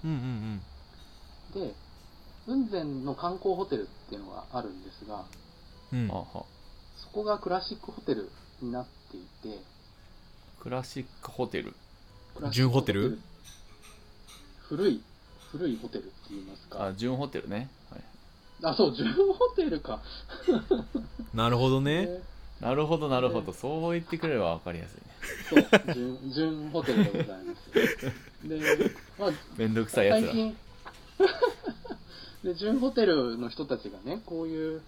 [SPEAKER 1] うんうん
[SPEAKER 3] 仙にで雲仙の観光ホテルっていうのがあるんですが
[SPEAKER 1] うんうん
[SPEAKER 2] あは
[SPEAKER 3] そこがクラシックホテルになっていて
[SPEAKER 2] クラシックホテル
[SPEAKER 3] クラシッ
[SPEAKER 1] 純
[SPEAKER 3] ク
[SPEAKER 1] ホテル
[SPEAKER 3] 古い古いホテルって言いますか
[SPEAKER 2] あ純ホテルね、はい、
[SPEAKER 3] あ、そう、ジューンホテルか。
[SPEAKER 1] なるほどね、
[SPEAKER 3] え
[SPEAKER 2] なるほどなるほど、そう言ってくれれば分かりやすいね
[SPEAKER 3] そう、ジューンジューンホテルでございます。で、まあ、
[SPEAKER 2] めんどくさいやつ
[SPEAKER 3] 最
[SPEAKER 2] ら
[SPEAKER 3] 近、 で、ジューンホテルの人たちがね、こういう、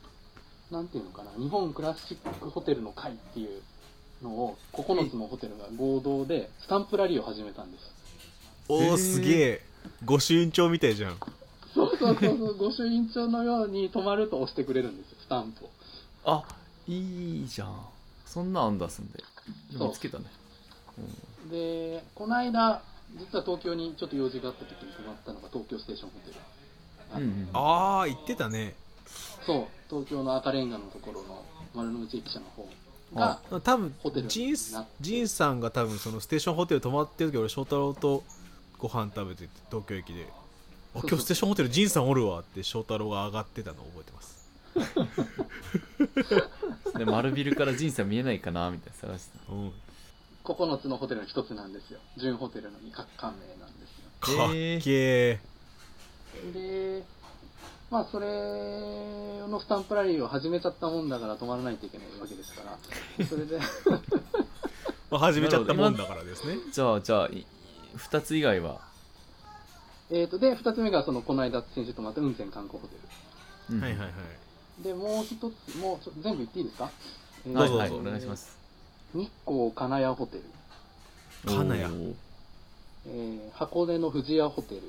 [SPEAKER 3] なんていうのかな、日本クラシックホテルの会っていうのを、9つのホテルが合同で、スタンプラリーを始めたんです。
[SPEAKER 1] お
[SPEAKER 2] へ
[SPEAKER 1] お
[SPEAKER 2] ー
[SPEAKER 1] すげえ御朱印帳みたいじゃん
[SPEAKER 3] そうそうそ うそう、ご朱印帳のように泊まると押してくれるんですよ、スタンプを。
[SPEAKER 2] あいいじゃんそんなアンダースンで
[SPEAKER 3] そう
[SPEAKER 2] 見つけたね、
[SPEAKER 3] で、この間、実は東京にちょっと用事があった時に泊まったのが東京ステーションホテル。
[SPEAKER 2] うんうんうん、
[SPEAKER 1] ああ言ってたね
[SPEAKER 3] そう、東京の赤レンガのところの丸の内駅舎の方
[SPEAKER 2] あ
[SPEAKER 3] が、
[SPEAKER 1] 多分
[SPEAKER 3] ホテル
[SPEAKER 1] ジン
[SPEAKER 3] なって
[SPEAKER 1] ジンさんが多分そのステーションホテル泊まってる時俺翔太郎とご飯食べてて東京駅で「あ
[SPEAKER 3] そうそう
[SPEAKER 1] 今日ステーションホテルジンさんおるわ」って翔太郎が上がってたのを覚えてます
[SPEAKER 2] で丸ビルから人生見えないかなみたいな探してた
[SPEAKER 1] うん
[SPEAKER 3] 9つのホテルの一つなんですよ。純ホテルの一角館名なんですよ。
[SPEAKER 1] かっけえ
[SPEAKER 3] で、まあ、それのスタンプラリーを始めちゃったもんだから止まらないといけないわけですから、それ で、
[SPEAKER 1] まあ始めちゃったもんだからですね
[SPEAKER 2] じゃあじゃあいい2つ以外は、
[SPEAKER 3] えーと、で、二つ目が、その、この間、先週泊まった雲仙観光ホテ
[SPEAKER 2] うん
[SPEAKER 1] はいはいはい
[SPEAKER 3] ル。で、もう一つ、もう、ちょ全部言っていいですかえー
[SPEAKER 1] どうぞ
[SPEAKER 2] はい
[SPEAKER 1] どう
[SPEAKER 2] はい、
[SPEAKER 1] ぞ
[SPEAKER 2] お願いします
[SPEAKER 3] 日光金谷ホテル、
[SPEAKER 1] 金谷
[SPEAKER 2] おー
[SPEAKER 3] えー箱根の藤屋ホテル、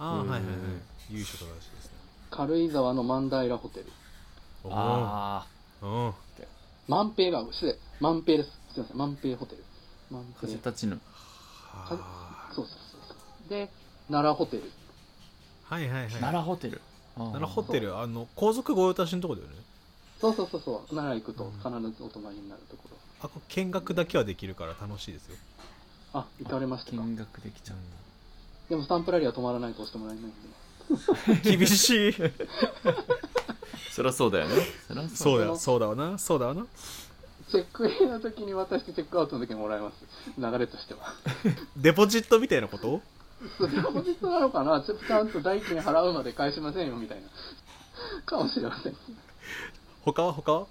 [SPEAKER 1] ああ
[SPEAKER 2] うん
[SPEAKER 1] はいはいはい優勝正しいですね
[SPEAKER 3] 軽井沢の万平ホテル、
[SPEAKER 1] お
[SPEAKER 2] ああ
[SPEAKER 1] お
[SPEAKER 3] 万平が、失礼、万平です。すいません、万平ホテル。万平。
[SPEAKER 2] 風立ちぬ
[SPEAKER 1] は
[SPEAKER 3] そうそうそうそう。で、奈良ホテル。
[SPEAKER 1] あはいはいはい
[SPEAKER 2] 奈良ホテル
[SPEAKER 1] 奈良ホテルあの皇族御用達のとこだよね
[SPEAKER 3] そうそうそうそう、奈良行くと必ずお泊まりになるところ。
[SPEAKER 1] あこ見学だけはできるから楽しいですよ
[SPEAKER 3] あ、行かれましたか。
[SPEAKER 2] 見学できちゃう
[SPEAKER 3] でもスタンプラリーは泊まらないと押してもらえないんで。
[SPEAKER 1] 厳 しい
[SPEAKER 2] そりゃそうだよねそりゃ
[SPEAKER 1] そううだよそうだわなそうだわな
[SPEAKER 3] チェックインの時に渡してチェックアウトの時にもらえます。流れとしては。
[SPEAKER 1] デポジットみたいなこと
[SPEAKER 3] それは本日なのかなちょっとちゃんと代金払うまで返しませんよみたいな。かもしれません。
[SPEAKER 1] 他は他は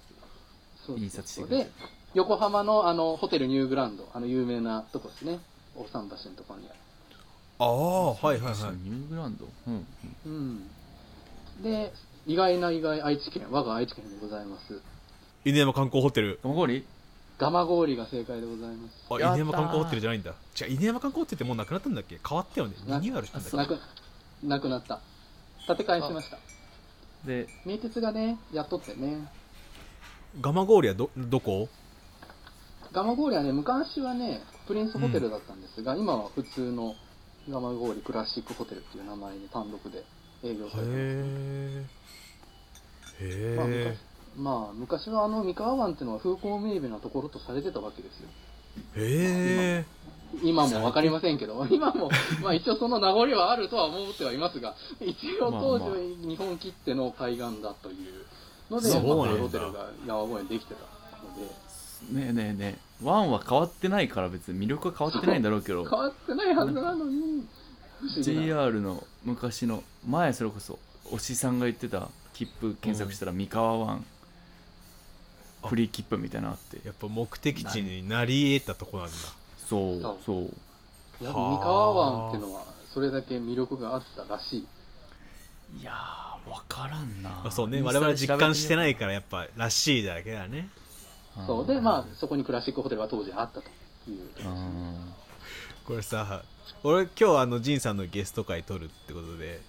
[SPEAKER 3] そう
[SPEAKER 2] 印刷してください
[SPEAKER 3] で、横浜のあのホテルニューグランド、あの有名なとこですね。大桟橋のところにある。
[SPEAKER 1] ああはいはいはい
[SPEAKER 2] ニューグランドうん
[SPEAKER 3] うん。で、意外な意外、愛知県、我が愛知県でございます。
[SPEAKER 1] 犬山観光ホテル
[SPEAKER 2] ごり
[SPEAKER 3] 蒲郡が正解でございます。
[SPEAKER 1] あ
[SPEAKER 2] やったー
[SPEAKER 1] 犬山観光ホテルじゃないんだ違う犬山観光ホテルってもうなくなったんだっけ変わったよねリ
[SPEAKER 3] な
[SPEAKER 1] ニューアルしたんだっ
[SPEAKER 3] なくなくなった建て替えしました
[SPEAKER 2] で
[SPEAKER 3] 名鉄がねやっとってね
[SPEAKER 1] け蒲郡はどどこ
[SPEAKER 3] 蒲郡はね昔はねプリンスホテルだったんですが、今は普通の蒲郡クラシックホテルっていう名前に単独で営業されてます
[SPEAKER 1] へえ
[SPEAKER 3] ま
[SPEAKER 1] へ
[SPEAKER 3] あ昔まあ昔はあの三河湾っていうのは風光明媚なところとされてたわけで すよ
[SPEAKER 1] えへえ
[SPEAKER 3] 今も分かりません けど今もまあ一応その名残はあるとは思ってはいますが一応
[SPEAKER 2] まあ
[SPEAKER 3] 当時
[SPEAKER 2] まあ
[SPEAKER 3] 日本きっての海岸だというので、
[SPEAKER 1] そ
[SPEAKER 3] ま
[SPEAKER 1] う
[SPEAKER 3] あ
[SPEAKER 1] なんだ
[SPEAKER 3] こういうホテルが山越えにできてたので
[SPEAKER 2] ねえねえねえワンは変わってないから別に魅力は変わってないんだろうけど
[SPEAKER 3] 変わってないはずなのに不思議な
[SPEAKER 2] JR の昔の前それこそ推しさんが言ってた切符検索したら三河湾
[SPEAKER 1] あ
[SPEAKER 2] フリー切符みたいなのあって
[SPEAKER 1] やっぱ目的地になり得たとこなんだ
[SPEAKER 2] そう
[SPEAKER 3] そう
[SPEAKER 2] そう
[SPEAKER 3] やっぱ三河湾っていうのはそれだけ魅力があったらしい
[SPEAKER 2] いやー分からんな
[SPEAKER 1] まあ、そうね我々実感してないいからやっぱらしいだけだね
[SPEAKER 3] そうでまあそこにクラシックホテルは当時あったという
[SPEAKER 2] あー
[SPEAKER 1] これさ俺今日あのジンさんのゲスト会撮るってことで、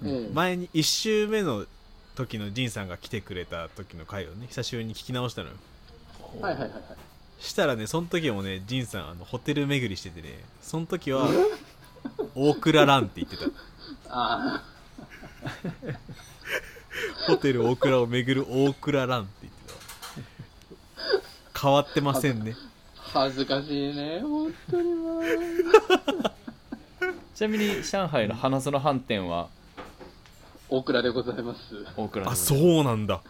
[SPEAKER 1] あの
[SPEAKER 3] ええ
[SPEAKER 1] 前に1週目の時のジンさんが来てくれた時の回をね久しぶりに聞き直したのよ
[SPEAKER 3] はいはいはいはい
[SPEAKER 1] したらねその時もねジンさんあのホテル巡りしててねその時は大倉蘭って言ってた
[SPEAKER 3] あ
[SPEAKER 1] ホテル大倉を巡る大倉蘭って言ってた変わってませんね
[SPEAKER 3] あ恥ずかしいね本当にもう
[SPEAKER 2] ちなみに上海の花園飯店は
[SPEAKER 3] 大倉でございます
[SPEAKER 2] 大倉
[SPEAKER 1] あそううなんだ
[SPEAKER 3] は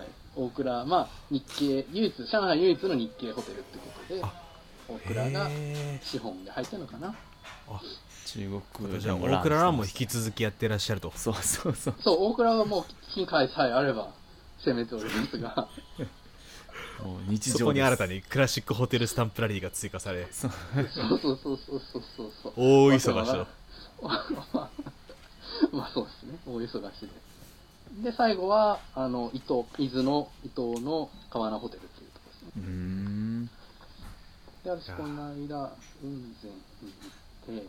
[SPEAKER 3] い大倉まあ日系唯一上海唯一の日系ホテルってことで
[SPEAKER 1] あ
[SPEAKER 3] 大倉
[SPEAKER 1] へ
[SPEAKER 3] が
[SPEAKER 1] え
[SPEAKER 3] 資本で入ってるのかな
[SPEAKER 2] 中国
[SPEAKER 1] じゃあ大倉蘭も引き続きやってらっしゃると
[SPEAKER 2] そうそうそう
[SPEAKER 3] そう大倉はもう金塊さえあれば攻めておりま すが
[SPEAKER 2] もう日常
[SPEAKER 1] そこに新た
[SPEAKER 2] に
[SPEAKER 1] にクラシックホテルスタンプラリーが追加され
[SPEAKER 2] そう
[SPEAKER 3] そうそうそうそうそうそうそう
[SPEAKER 1] 大忙しだ
[SPEAKER 3] まあそうですね、大忙しで。で、最後は、あの、伊東、伊豆の伊東の川名ホテルっていうところですね。
[SPEAKER 2] うーん
[SPEAKER 3] で、私、この間、雲仙に行っ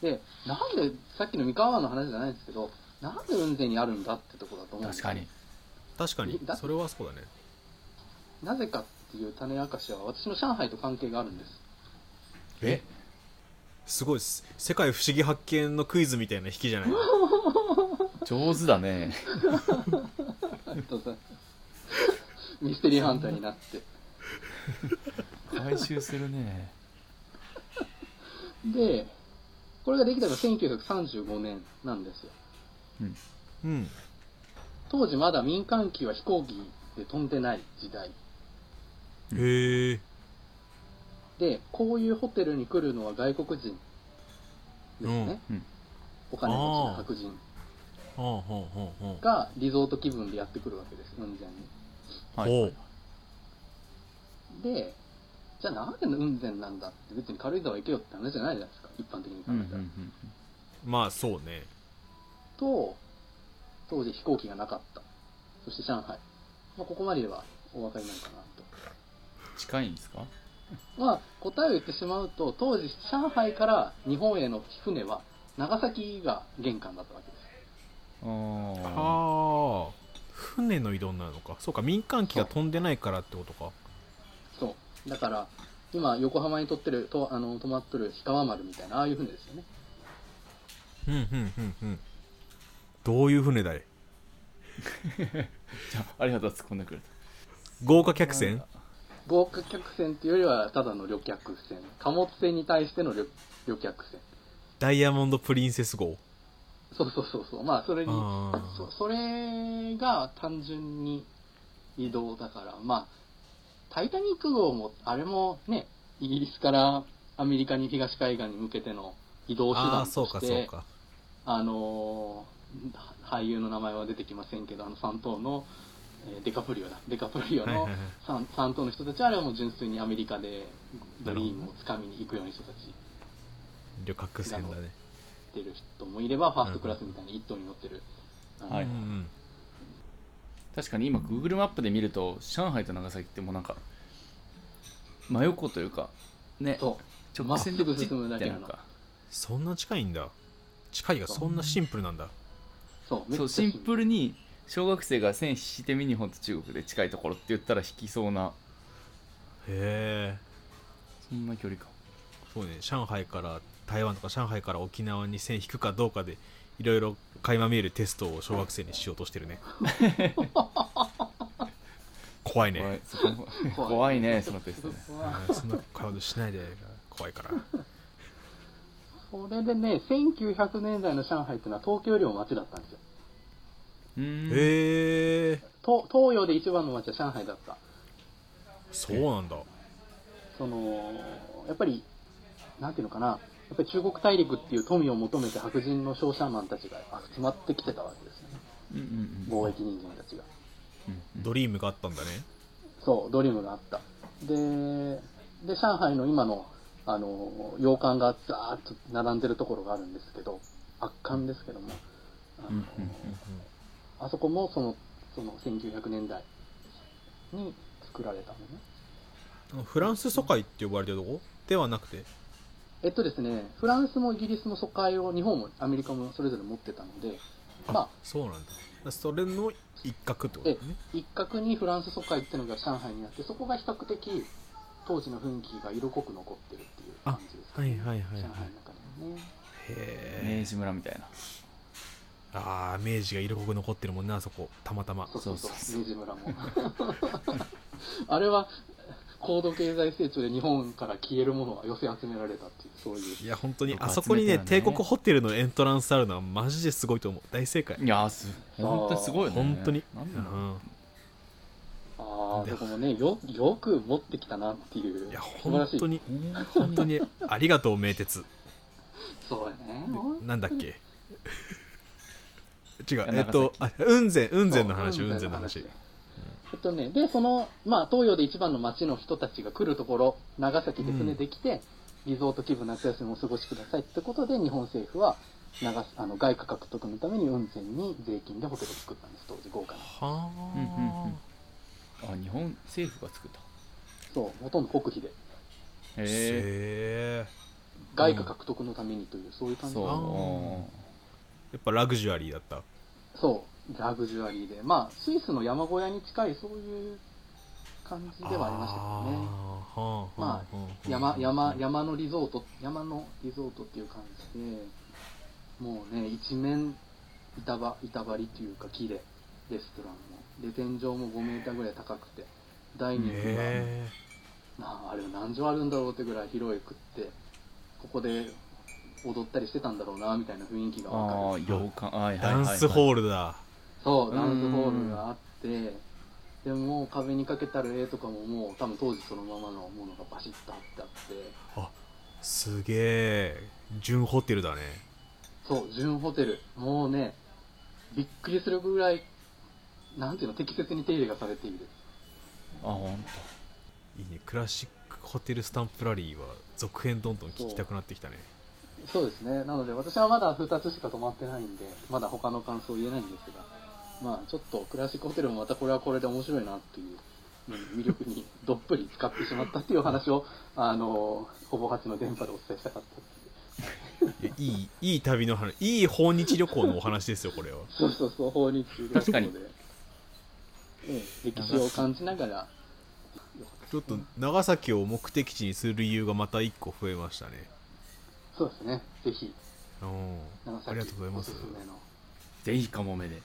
[SPEAKER 3] て、で、なんで、さっきの三河湾の話じゃないんですけど、なんで雲仙にあるんだってとこだと思うんで
[SPEAKER 2] 確
[SPEAKER 3] す
[SPEAKER 2] かに
[SPEAKER 1] 確かに
[SPEAKER 3] だ
[SPEAKER 1] それはそうだね
[SPEAKER 3] なぜかっていう種明かしは、私の上海と関係があるんです。
[SPEAKER 2] え
[SPEAKER 1] すごいです世界不思議発見のクイズみたいな引きじ ゃない
[SPEAKER 2] 上手だね
[SPEAKER 3] ありがとうございますミステリーハンターになって。
[SPEAKER 2] 回収するね
[SPEAKER 3] で、これができたのが1935年なんですよ。
[SPEAKER 1] うん
[SPEAKER 3] 当時まだ民間機は飛行機で飛んでない時代
[SPEAKER 1] へえ
[SPEAKER 3] でこういうホテルに来るのは外国人ですね、
[SPEAKER 2] うんうん
[SPEAKER 3] お金持ちの白人
[SPEAKER 1] ほうほうほうほう
[SPEAKER 3] がリゾート気分でやってくるわけです雲仙
[SPEAKER 2] はい
[SPEAKER 1] ほう
[SPEAKER 3] にでじゃあなんで雲仙なんだって別に軽井沢行けよって話じゃないじゃないですか一般的に
[SPEAKER 2] う
[SPEAKER 3] 考
[SPEAKER 2] んうんう
[SPEAKER 3] えたら、
[SPEAKER 2] ん
[SPEAKER 1] まあそうね
[SPEAKER 3] と当時飛行機がなかったそして上海、まあ、ここまではお分かりなのかなと
[SPEAKER 2] 近いんですか
[SPEAKER 3] まあ、答えを言ってしまうと、当時、上海から日本への船は、長崎が玄関だったわけです。
[SPEAKER 2] ああ
[SPEAKER 1] ああ船の移動になるのかそうか民間機が飛んでないからってことか
[SPEAKER 3] そうだから今横浜にとってるとあの泊まっとる氷川丸みたいなああいう船ですよね
[SPEAKER 1] うんうんうんうんどういう船だい
[SPEAKER 2] ありがとう突っ込んでくれた
[SPEAKER 1] 豪華客船
[SPEAKER 3] 豪華客船っていうよりはただの旅客船貨物船に対しての旅旅客船
[SPEAKER 1] ダイヤモンド・プリンセス号
[SPEAKER 3] そうそうそうそうまあそれに
[SPEAKER 1] あー
[SPEAKER 3] そそれが単純に移動だからまあ「タイタニック号も」あれもねイギリスからアメリカに東海岸に向けての移動手
[SPEAKER 1] ああ
[SPEAKER 3] 段
[SPEAKER 1] ーそ
[SPEAKER 3] と
[SPEAKER 1] うか
[SPEAKER 3] し
[SPEAKER 1] そう
[SPEAKER 3] て
[SPEAKER 1] か
[SPEAKER 3] あのー俳優の名前は出てきませんけどあの3頭の、えーデカプリオだデカプリオ
[SPEAKER 1] はいはい
[SPEAKER 3] の
[SPEAKER 1] はい
[SPEAKER 3] 3, 三頭の人たちあれはもう純粋にアメリカでドリームをつかみに行くような人たち
[SPEAKER 1] 旅客船だね
[SPEAKER 3] ってる人もいればファーストクラスみたいに1頭に乗ってる、あの
[SPEAKER 2] はい
[SPEAKER 1] うんうん
[SPEAKER 2] 確かに今 Google マップで見ると上海と長崎ってもうなんか真横というかね
[SPEAKER 3] そう
[SPEAKER 2] 直線で
[SPEAKER 3] まっすぐ進むだけ
[SPEAKER 2] って
[SPEAKER 3] な
[SPEAKER 2] な
[SPEAKER 3] の
[SPEAKER 2] んか
[SPEAKER 1] そんな近いんだ近いがそんなシンプルなんだ
[SPEAKER 3] そう、めっち
[SPEAKER 2] そ
[SPEAKER 3] ゃ
[SPEAKER 2] うシン
[SPEAKER 3] ル。
[SPEAKER 2] プルに小学生が線引いてみに本と中国で近いところって言ったら引きそうな
[SPEAKER 1] へえ
[SPEAKER 2] そんな距離か
[SPEAKER 1] そうね上海から台湾とか上海から沖縄に線引くかどうかでいろいろ垣間見えるテストを小学生にしようとしてるね怖いね
[SPEAKER 2] 怖いそこ怖いねそのテストね
[SPEAKER 1] うんそんな顔しないで怖いから
[SPEAKER 3] それでね、1900年代の上海っていうのは東京よりも街だったんですよ。
[SPEAKER 2] うーん
[SPEAKER 1] へえ
[SPEAKER 3] 東東洋で一番の街は上海だった。
[SPEAKER 1] そうなんだ
[SPEAKER 3] その、やっぱり、なんていうのかな、やっぱり中国大陸っていう富を求めて白人の商社マンたちが集まってきてたわけですよね。
[SPEAKER 2] うんうんうん
[SPEAKER 3] 貿易人間たちが。
[SPEAKER 2] うんうん
[SPEAKER 1] ドリームがあったんだね
[SPEAKER 3] そう、ドリームがあった。で、で、上海の今の、あの、洋館がザーッと並んでるところがあるんですけど、圧巻ですけども、あ
[SPEAKER 2] うんうん
[SPEAKER 3] の
[SPEAKER 2] うん
[SPEAKER 3] あそこもそのその1900年代に作られたのね。
[SPEAKER 1] あのフランス疎開って呼ばれてるとこではなくて
[SPEAKER 3] えっとですね、フランスもイギリスも疎開を日本もアメリカもそれぞれ持ってたので、まあ、
[SPEAKER 1] そうなんだそれの一角ってことだね
[SPEAKER 3] 一角にフランス疎開っていうのが上海にあって、そこが比較的当時の雰囲気が色濃く残ってるっていう感じですかね、
[SPEAKER 1] はいは
[SPEAKER 3] 上海の中でもね。
[SPEAKER 1] へえ
[SPEAKER 2] 明治村みたいな
[SPEAKER 1] ああ明治が色濃く残ってるもんなあそこたまたま
[SPEAKER 3] そうそうそ
[SPEAKER 2] そううそうそう
[SPEAKER 3] 明治村も あれは高度経済成長で日本から消えるものが寄せ集められたっていうそういう
[SPEAKER 1] いや本当に
[SPEAKER 2] よく
[SPEAKER 1] あそこにね
[SPEAKER 2] 集めてた
[SPEAKER 1] 帝
[SPEAKER 2] ね
[SPEAKER 1] 国ホテルのエントランスあるのはマジですごいと思う大正解
[SPEAKER 2] いやーす本当にすごいよね
[SPEAKER 1] 本当に
[SPEAKER 2] なん
[SPEAKER 1] う
[SPEAKER 2] だろうん
[SPEAKER 3] ああ
[SPEAKER 1] で
[SPEAKER 3] でもねよよく持ってきたなっていう
[SPEAKER 1] いや
[SPEAKER 3] 素晴ら
[SPEAKER 1] 本
[SPEAKER 3] しい
[SPEAKER 1] 当に本当にありがとう名鉄
[SPEAKER 3] そうやね
[SPEAKER 1] なんだっけ 違う
[SPEAKER 2] 長崎
[SPEAKER 1] えっとあ雲仙雲仙の話
[SPEAKER 3] そう
[SPEAKER 1] 雲仙の話
[SPEAKER 3] えっとねでその、まあ、東洋で一番の町の人たちが来るところ長崎で船できて、リゾート気分夏休みをお過ごしくださいってことで日本政府は長あの外貨獲得のために雲仙に税金でホテルを作ったんです当時豪華な
[SPEAKER 1] は
[SPEAKER 2] うんうんうん
[SPEAKER 1] あ
[SPEAKER 2] あ日本政府が作った
[SPEAKER 3] そうほとんど国費で
[SPEAKER 2] へえ
[SPEAKER 1] へえ
[SPEAKER 3] 外貨獲得のためにという、そういう感じ
[SPEAKER 2] そう
[SPEAKER 1] あーやっぱラグジュアリーだった
[SPEAKER 3] そうラグジュアリーでまあスイスの山小屋に近いそういう感じではありましたけどね
[SPEAKER 1] あーはあはあはあ
[SPEAKER 3] 山山山のリゾート山のリゾートっていう感じでもうね一面板場板張りというか木でレストランもで天井も5メーターぐらい高くてダイニングが、
[SPEAKER 1] へえ
[SPEAKER 3] なああれ何畳あるんだろうってぐらい広くってここで踊ったりしてたんだろうなみたいな雰囲気が分かる
[SPEAKER 2] ああ洋館はいはいはい
[SPEAKER 1] ダ
[SPEAKER 2] はい
[SPEAKER 1] ンスホールだ
[SPEAKER 3] そう、ダンスホールがあって、でもう壁にかけたる絵とかももう多分当時そのままのものがバシッと貼ってあって、
[SPEAKER 1] すげえ純ホテルだね
[SPEAKER 3] そう、純ホテル。もうね、びっくりするぐらい、なんていうの、適切に手入れがされている。
[SPEAKER 2] あ本
[SPEAKER 1] いいねクラシックホテルスタンプラリーは続編どんどん聞きたくなってきたね
[SPEAKER 3] そうですね。なので私はまだ2つしか泊まってないんで、まだ他の感想言えないんですが、まあちょっとクラシックホテルもまたこれはこれで面白いなっていう。うん魅力にどっぷり使ってしまったっていうお話を、あのほぼ8の電波でお伝えしたかったっていう
[SPEAKER 1] いやいいいい旅の話いい訪日旅行のお話ですよこれは
[SPEAKER 3] そうそうそう、訪日旅行で
[SPEAKER 2] 確かに
[SPEAKER 3] うん歴史を感じながら
[SPEAKER 1] ちょっと長崎を目的地にする理由がまた1個増えましたね
[SPEAKER 3] そうですねぜひ
[SPEAKER 1] うん
[SPEAKER 3] 長崎
[SPEAKER 1] ありがとうございます
[SPEAKER 3] おすすめの
[SPEAKER 2] ぜひかもめで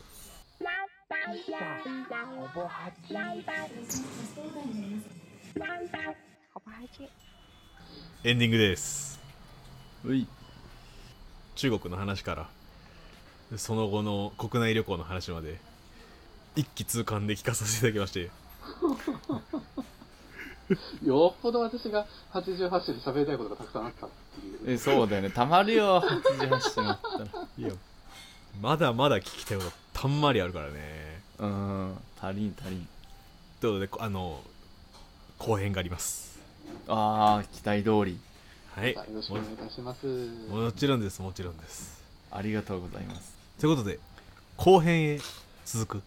[SPEAKER 1] エンディングです
[SPEAKER 2] うい
[SPEAKER 1] 中国の話からその後の国内旅行の話まで一気通貫で聞かさせていただきまして
[SPEAKER 3] よっぽど私が88種で喋りたいことがたくさんあったってい
[SPEAKER 2] え
[SPEAKER 3] う
[SPEAKER 2] そうだよねたまるよ88ってなったら
[SPEAKER 1] いやまだまだ聞きたいことたんまりあるからね
[SPEAKER 2] うん足りん足りん
[SPEAKER 1] ということでこあの後編があります
[SPEAKER 2] あー期待通り
[SPEAKER 1] はい
[SPEAKER 3] よろしくお願いいたします
[SPEAKER 1] ももちろんですもちろんです
[SPEAKER 2] ありがとうございます
[SPEAKER 1] ということで後編へ続く